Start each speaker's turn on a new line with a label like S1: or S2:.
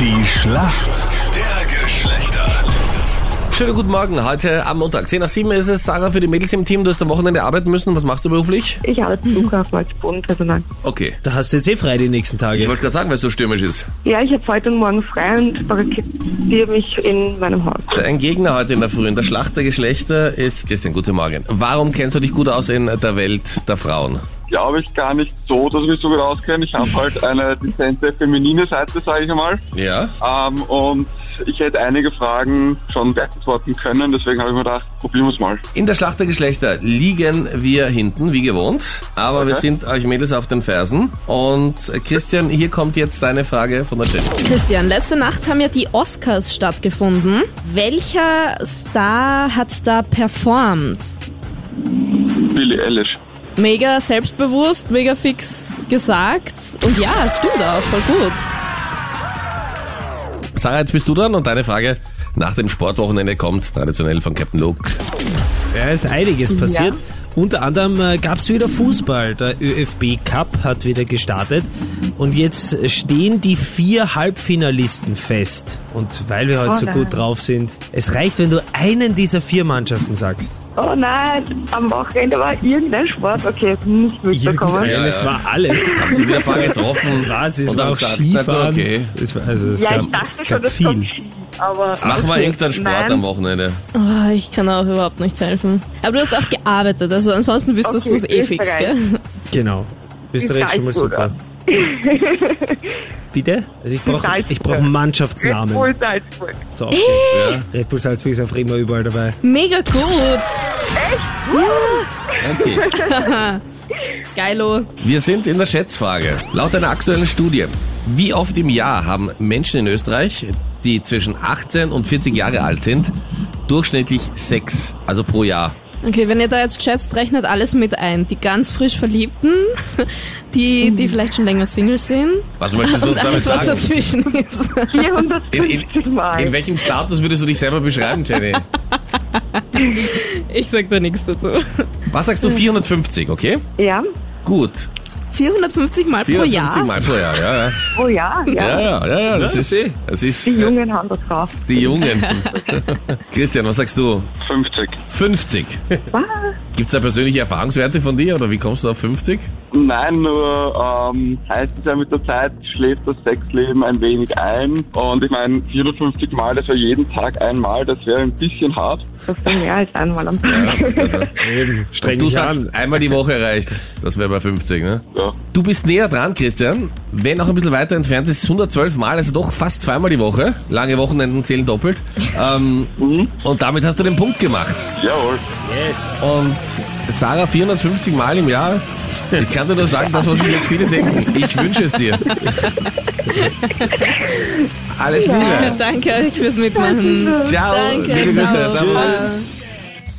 S1: Die Schlacht der Geschlechter.
S2: Schönen guten Morgen, heute am Montag. 10 nach 7 ist es. Sarah, für die Mädels im Team, du hast am Wochenende arbeiten müssen. Was machst du beruflich?
S3: Ich arbeite im Flughafen als Bodenpersonal.
S2: Okay.
S4: Da hast du jetzt eh frei die nächsten
S2: Ich
S4: Tage.
S2: wollte gerade sagen, weil es so stürmisch ist.
S3: Ja, ich habe heute und morgen frei und barakettiere mich in meinem Haus.
S2: Dein Gegner heute in der Früh in der Schlacht der Geschlechter ist Christian. Guten Morgen. Warum kennst du dich gut aus in der Welt der Frauen?
S5: glaube ich, gar nicht so, dass ich mich so gut auskenne. Ich habe halt eine dezente feminine Seite, sage ich einmal.
S2: Ja?
S5: Ähm, und ich hätte einige Fragen schon beantworten können, deswegen habe ich mir gedacht, probieren wir es mal.
S2: In der Schlacht der Geschlechter liegen wir hinten, wie gewohnt. Aber wir
S5: Okay.
S2: sind euch Mädels auf den Fersen. Und äh, Christian, hier kommt jetzt deine Frage von der Chefin.
S6: Christian, letzte Nacht haben ja die Oscars stattgefunden. Welcher Star hat da performt?
S5: Billie Eilish.
S6: Mega selbstbewusst, mega fix gesagt. Und ja, es stimmt auch, voll gut.
S2: Sarah, jetzt bist du dran und deine Frage nach dem Sportwochenende kommt traditionell von Captain Luke.
S4: Ja, ist einiges passiert. Unter anderem äh, gab's wieder Fußball. Der ÖFB Cup hat wieder gestartet. Und jetzt stehen die vier Halbfinalisten fest. Und weil wir heute
S3: Oh
S4: so
S3: nein.
S4: gut drauf sind, es reicht, wenn du einen dieser vier Mannschaften sagst.
S3: Oh nein, am Wochenende war irgendein Sport. Okay, nicht mitbekommen.
S2: Ja,
S4: Irgendein, es
S2: ja.
S4: war alles.
S2: Haben sie wieder ein paar getroffen?
S4: Was, es
S2: Und
S4: war
S2: am
S4: auch
S2: Samstag,
S4: Skifahren.
S2: okay.
S4: Es war, also, es
S3: Ja,
S4: gab,
S3: ich dachte
S4: es
S3: schon,
S4: gab
S3: das
S4: viel.
S3: kommt Ski, aber...
S2: Machen wir
S3: okay.
S2: irgendeinen Sport
S3: Nein.
S2: am Wochenende.
S6: Oh, ich kann auch überhaupt nicht helfen. Aber du hast auch gearbeitet, also ansonsten wüsstest
S3: Okay,
S6: du es eh fix,
S3: Österreich.
S6: gell?
S4: Genau. Österreich ist schon mal super. Bitte? Also ich brauche
S3: Salzburg.
S4: ich brauch einen Mannschaftsnamen.
S3: Red Bull Salzburg.
S4: So, okay. Red Bull Salzburg ist einfach immer überall dabei.
S6: Mega gut.
S2: Okay.
S6: Geilo.
S2: Wir sind in der Schätzfrage. Laut einer aktuellen Studie, wie oft im Jahr haben Menschen in Österreich, die zwischen 18 und 40 Jahre alt sind, durchschnittlich sechs, also pro Jahr.
S6: Okay, wenn ihr da jetzt schätzt, rechnet alles mit ein. Die ganz frisch Verliebten, die,
S3: Hm.
S6: die vielleicht schon länger Single sind.
S2: Was möchtest du
S6: Und
S2: uns damit
S6: alles, Also, was
S2: sagen?
S6: dazwischen ist.
S2: In, in,
S3: 450 Mal.
S2: in welchem Status würdest du dich selber beschreiben, Jenny?
S6: Ich sag da nichts dazu.
S2: Was sagst du? 450, okay?
S3: ja?
S2: Gut.
S6: 450 Mal pro
S2: 450
S6: Jahr.
S2: Mal pro Jahr, ja, ja.
S3: Oh ja, ja.
S2: Ja, ja, ja, ja das
S4: Ja,
S2: ist,
S4: eh.
S2: das ist
S3: Die
S2: äh,
S3: Jungen haben das drauf.
S2: die Jungen. Christian, was sagst du?
S5: 50.
S2: 50. Gibt's da persönliche Erfahrungswerte von dir oder wie kommst du auf 50?
S5: Nein, nur ähm, heißt es ja mit der Zeit, schläft das Sexleben ein wenig ein. Und ich meine, 450 Mal, das wäre jeden Tag einmal, das wäre ein bisschen hart.
S3: Das war mehr als einmal am
S2: Ja,
S3: Tag.
S2: also.
S4: Eben, streng
S2: Du
S4: dich
S2: sagst,
S4: an.
S2: einmal die Woche reicht. Das wäre bei 50, ne?
S5: Ja.
S2: Du bist näher dran, Christian. Wenn auch ein bisschen weiter entfernt ist, 112 Mal, also doch fast zweimal die Woche. Lange Wochenenden zählen doppelt. Ähm, Und damit hast du den Punkt gemacht.
S5: Jawohl.
S4: Yes.
S2: Und Sarah 450 Mal im Jahr. Ich kann dir nur sagen, das, was sich jetzt viele denken. Ich wünsche es dir. Alles Liebe.
S6: Danke euch fürs Mitmachen.
S2: Ciao.
S6: Danke,
S2: Liebe Grüße.
S6: ciao.
S2: Servus.